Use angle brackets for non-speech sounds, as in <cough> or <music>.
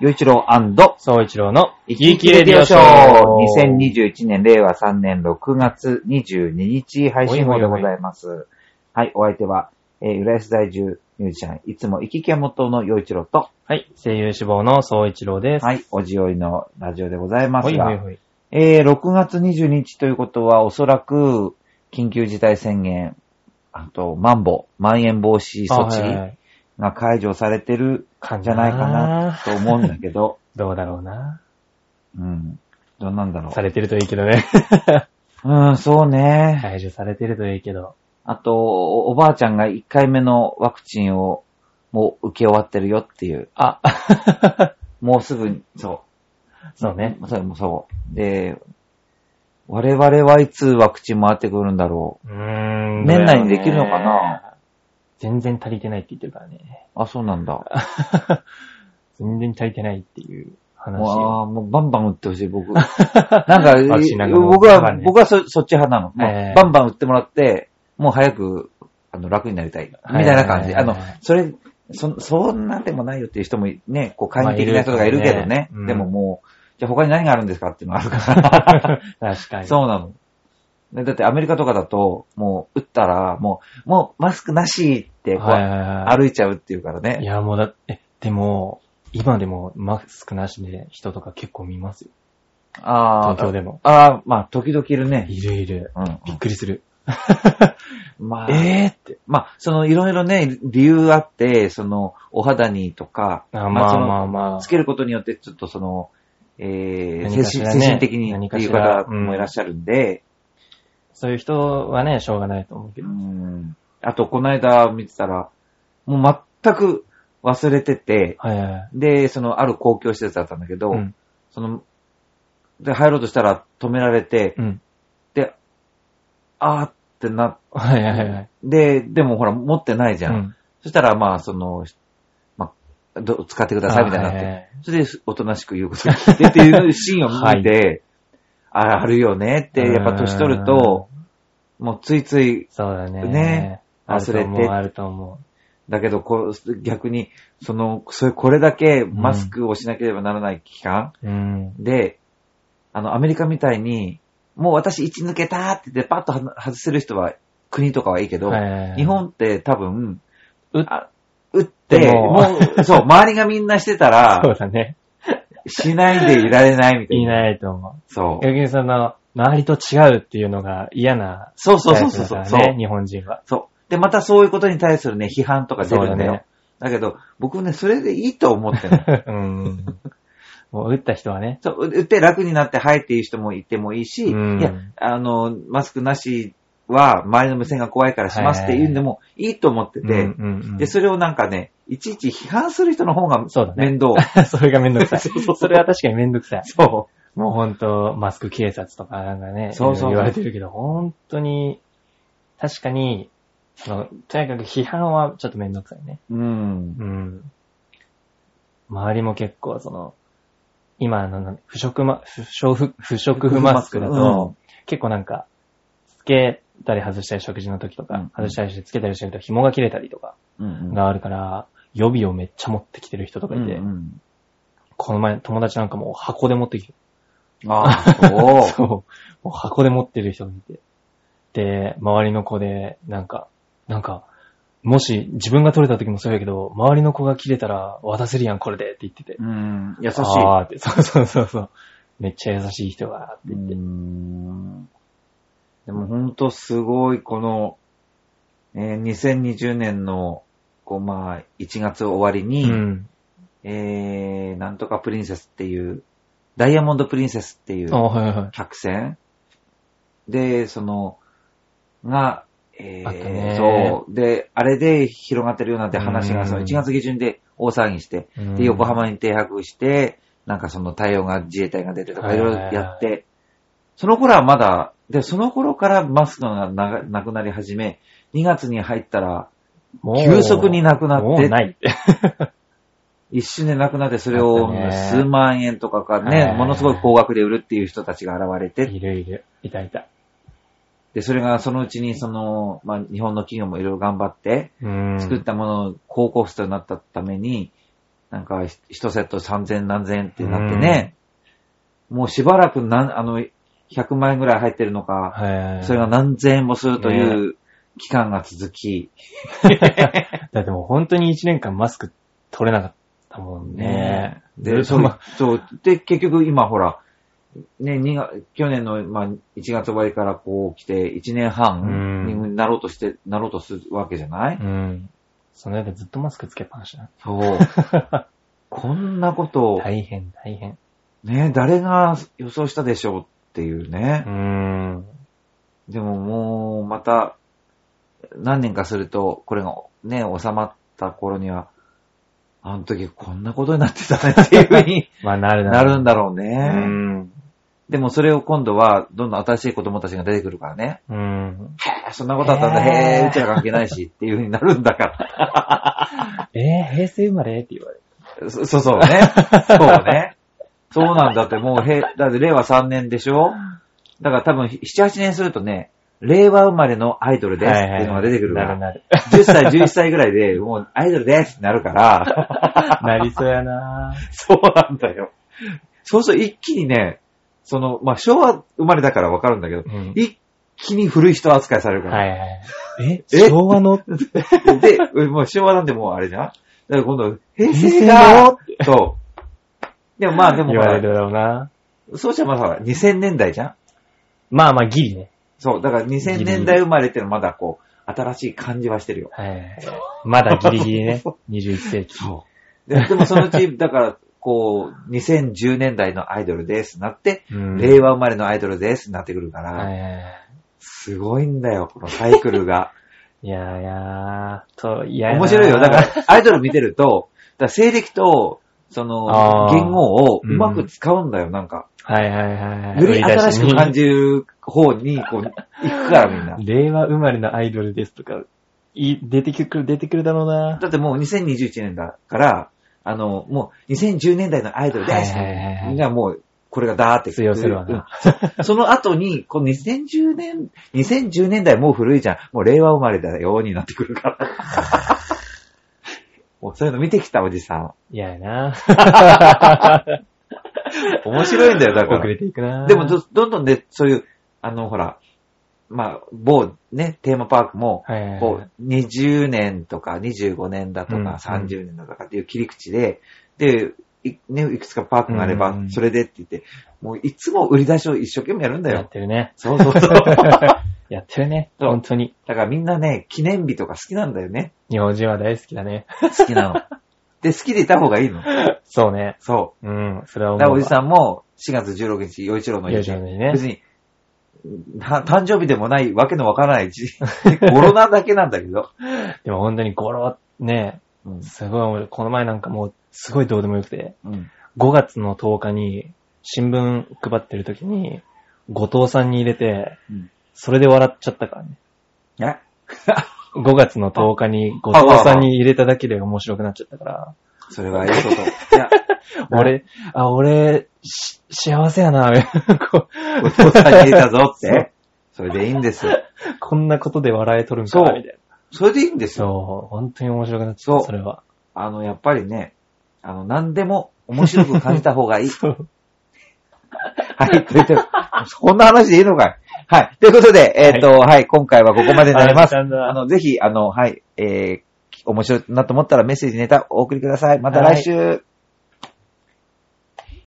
洋一郎総一郎の生き生きレディオショー !2021 年令和3年6月22日配信号でございます。はい、お相手は、えー、浦安在住ミュージシャン、いつも生き家元の洋一郎と、はい、声優志望の総一郎です。はい、おじおいのラジオでございますほいほいが、ほい。えー、6月22日ということは、おそらく、緊急事態宣言、あと、マンボ、まん延防止措あはいは置いが解除されてるんじゃないかなと思うんだけど、どうだろうな。うん。どうなんだろうさ。れてるといいけどね。 <laughs> うん、そうね。解除されてるといいけど。あと、おおばあちゃんが1回目のワクチンをもう受け終わってるよっていう。あ、もうすぐに、そそうう。ね。そう、もうそう。で、我々はいつワクチン回ってくるんだろうーん。年内にできるのかなどうやろうね全然足りてないって言ってるからね。う。あ、そうなんだ。全然足りてないっていう話を。わあ、もうバンバン打ってほしい、 <laughs> 僕。なんか、えワクチンなんかもう僕バンバンは、ね僕はそそっち派なの。もうええバンバン打ってもらって、もう早く、あの、楽になりたい。みたいな感じ。はあいはいはいの、それ、そ、そんなんでもないよっていう人もね、こう、簡易的な人がいるけどまあいるねからねう。んでももう、じゃあ他に何があるんですかっていうのがあるから。 <laughs> 確かに。そうなの。ねだってアメリカとかだと、もう打ったら、もう、もうマスクなしってこう、はいはいはい。歩いちゃうっていうからいね。や、もうだ、え、でも、今でもマスクなしで人とか結構見ますよ。ああ、東京でも。ああ、まあ、時々いるね。いるいる。うん、びっくりする。まあ、えーって。まあ、その、いろいろね、理由あって、その、お肌にとか、あまあそのまあまあつ。けることによって、ちょっとその、えー何か精し神らね精神的に何ってかいしうら方もいらっしゃるんで、そういう人はね、しょうがないと思うけうど。ん、あと、この間見てたら、もう全く忘れてて、はいはいはい。で、その、ある公共施設だったんだけど、うん。その、で、入ろうとしたら止められて、うん。で、あーってなっはいはいはい。て、でもほら、持ってないじじゃん。そしたら、まあ、その、まあ、ど使ってくださいみたいになって、それで、おとなしく言うことにしてっていうシーンを見て、ああるよねって、やっぱ年取ると、、もうついつい、そうだね。ね忘れてあると思う、あると思だけどこう、逆に、その、それ、これだけマスクをしなければならない期間、う。うん。で、あの、アメリカみたいに、もう私位置抜けたって言って、パッとは外せる人は、国とかはいいけど、はいはいはい日本って多分、うあ打って、でももう、 <laughs> そう、周りがみんなしてたそうら、だね。しないでいられないみたいいな。ないと思。そうう。逆にその、周りと違うっていうのが嫌なそうそうタそうイプそうだかそうらね、日本人は。そう。で、またそういうことに対するね、批判とか出るんだよ。そうだだねけど、僕ね、それでいいと思ってる。 <laughs> うん。もう打った人はね。そう、打って楽になって、はいっていう人もいてもいいし、うんいや、あの、マスクなしは周りの目線が怖いからしますっていうんでもいいと思ってて、うんうんうんで、それをなんかね、いちいち批判する人の方がそうだね面倒。それがめんどくさい。それは確かにめんどくさい。そもうほんと、マスク警察とかなんかね、そうそういろいろ言われてるけど、本当に、確かに、その、とにかく批判はちょっとめんどくさいね。う。うん。うん。周りも結構、その、今のな、不織ま、不織布、不織布マスクだと、結構なんか、つけたり外したり食事の時とうんか、外したりしてつけたりしてると紐が切れたりとかうん、うん。があるから、予備をめっちゃ持ってきてる人とかいてうん、うんこの前友達なんかもう箱で持ってきてああ、 <laughs> そう。そう。もう箱で持ってる人がいて。で、周りの子で、なんか、なんか、もし自分が取れた時もそうやけど、周りの子が切れたら渡せるやん、これでって言ってて。うん、優しい。あーって、 <laughs> そうそうそうそう。めっちゃ優しい人が、ってう言って。んでも本当すごい、この、えー2020年の、こう、まあ、1月終わりうに、ん。えー、なんとかプリンセスっていう、ダイヤモンドプリンセスっていうあ、はいはい。客船で、その、が、えあったねー、そう。で、あれで広がってるようなんて話うが、んその1月下旬で大騒ぎして、うんで、横浜に停泊して、なんかその対応が自衛隊が出てとかはいいろはいいろはいやって、その頃はまだ、で、その頃からマスクがななくなり始め、2月に入ったら、もう急速になくなっもうて、ないって。一瞬でなくなって、それあをったね数万円とかかはいはいねは、いものすごい高額で売るっていう人たちが現れて、いるいる。いたいた。で、それがそのうちにその、まあ、日本の企業もいろいろ頑張って、うん。作ったものを高コストになったために、なんか、一セット3000何千円ってなってね、もうしばらくなん、あの、100万円ぐらい入ってるのか、はい。それが何千円もするという期間が続き、だってもう本当に1年間マスク取れなかったもんね。で、ずっそとまう、そう、で、結局今ほら、ね、2月、去年の、まあ、1月終わりからこう来て、1年半うになろうとして、なろうとするわけじゃない、うん。その間ずっとマスクつけっぱなしだ。そう。 <laughs> こんなことを、大変、大変。ね、誰が予想したでしょうっていうねう。ん。でももう、また、何年かすると、これがね、収まった頃には、あの時こんなことになってたねっていう風にまあ <laughs> なるなるんだ。だろううね。ん。でもそれを今度は、どんどん新しい子供たちが出てくるからね。うん。へえ、そんなことあったんだ、へへええ、うちら関係ないしっていう風になるんだから。えー、平成生まれって言われる。そそうそうね。そうね。そうなんだって、もう、へ、だって令和3年でしょだから多分、7、8年するとね、令和生まれのアイドルですっていうのが出てくるからなる。なる。 10歳、11歳ぐらいで、もうアイドルですってなるから、 <laughs> なりそうやなそうなんだよ。そうすると一気にね、その、まあ、昭和生まれだからわかるんだけど、うん。一気に古い人扱いされるから。はいはい。え、昭和ので、もう昭和なんでもうあれじゃんだから今度、平平成成だだそう。でもまあでも言ほわられるだろうなそうしたらまだほら2000年代じゃんまあまあギリね。そう、だから2000年代生まれってのはまだこう、新しい感じはしてるよ。はいはいはい。まだギリギリね。21世紀。そう。ででもそのうち、 <laughs> だから、こう、2010年代のアイドルですなって、うん令和生まれのアイドルですになってくるから、はいはいはい。すごいんだよ、このサイクルが。いやーいやー、と、 <laughs> いや面白いよ。だから、アイドル見てると、だから西暦と、その、あー言語をうまく使うんだよ、なんか。ら、はいはいはい。より新しく感じ。じる方に、こう、<laughs> 行くからみんな。令和生まれのアイドルですとか、い出てくる、出てくるだろうなだってもう2021年だから、あの、もう2010年代のアイドルです。はいはいはいはいみんなもう、これがダーって通用するわなうんその後に、この2010年、2010年代もう古いじゃん。もう令和生まれだよ、になってくるから。 <laughs> もうそういうの見てきたおじさん。いやーな面白いんだよ、だか遅ら。れていくなでもど、どんどんね、そういう、あの、ほら、まあ、某ね、テーマパークも、はいはいはいこう、20年とか25年だとうんか30年だとかっていう切り口で、で、いね、いくつかパークがあればう、んそれでって言って、もういつも売り出しを一生懸命やるんだやよっ。て <laughs> るね。そうそうそう。だかやってるね。そう本当に。らみんなね、記念日とか好きなんだよね。日本人は大好きだね。好きなの。 <laughs> で、好きでいた方がいいの。そうね。そうん。それはう。だから思うわ。おじさんも4月16日、洋一郎のよ日いしょね。別に、な誕生日でもないわけのわからない <laughs> じ、ゴロなだけなんだけど。でも本当にゴロね、うん。すごい、この前なんかもう、すごいどうでもよくて、うん。 5月の10日に、新聞配ってる時に、後藤さんに入れて、うんそれで笑っちゃったからね。え5月の10日に後藤さんに入れただけで面白くなっちゃった <laughs> から、 <laughs> それはいいこと。いや、俺、あ、俺、し幸せやな、 <laughs> こお父さんに入れたぞって。それでいいんですよ。こんなことで笑えとるんかな、そうみたいな。それでいいんですよ。そう、本当に面白くなっちゃそっうた、それ <laughs> は。あの、やっぱりね、あの、何でも面白く感じた方がいい。そうはい、ということでそんな話でいいのかいはい。ということで、えっ、と、はい、今回はここまでになります。 <laughs> ああ時間だの、ぜひ、あの、はい、えー、面白いなと思ったらメッセージネタお送りください。また来週。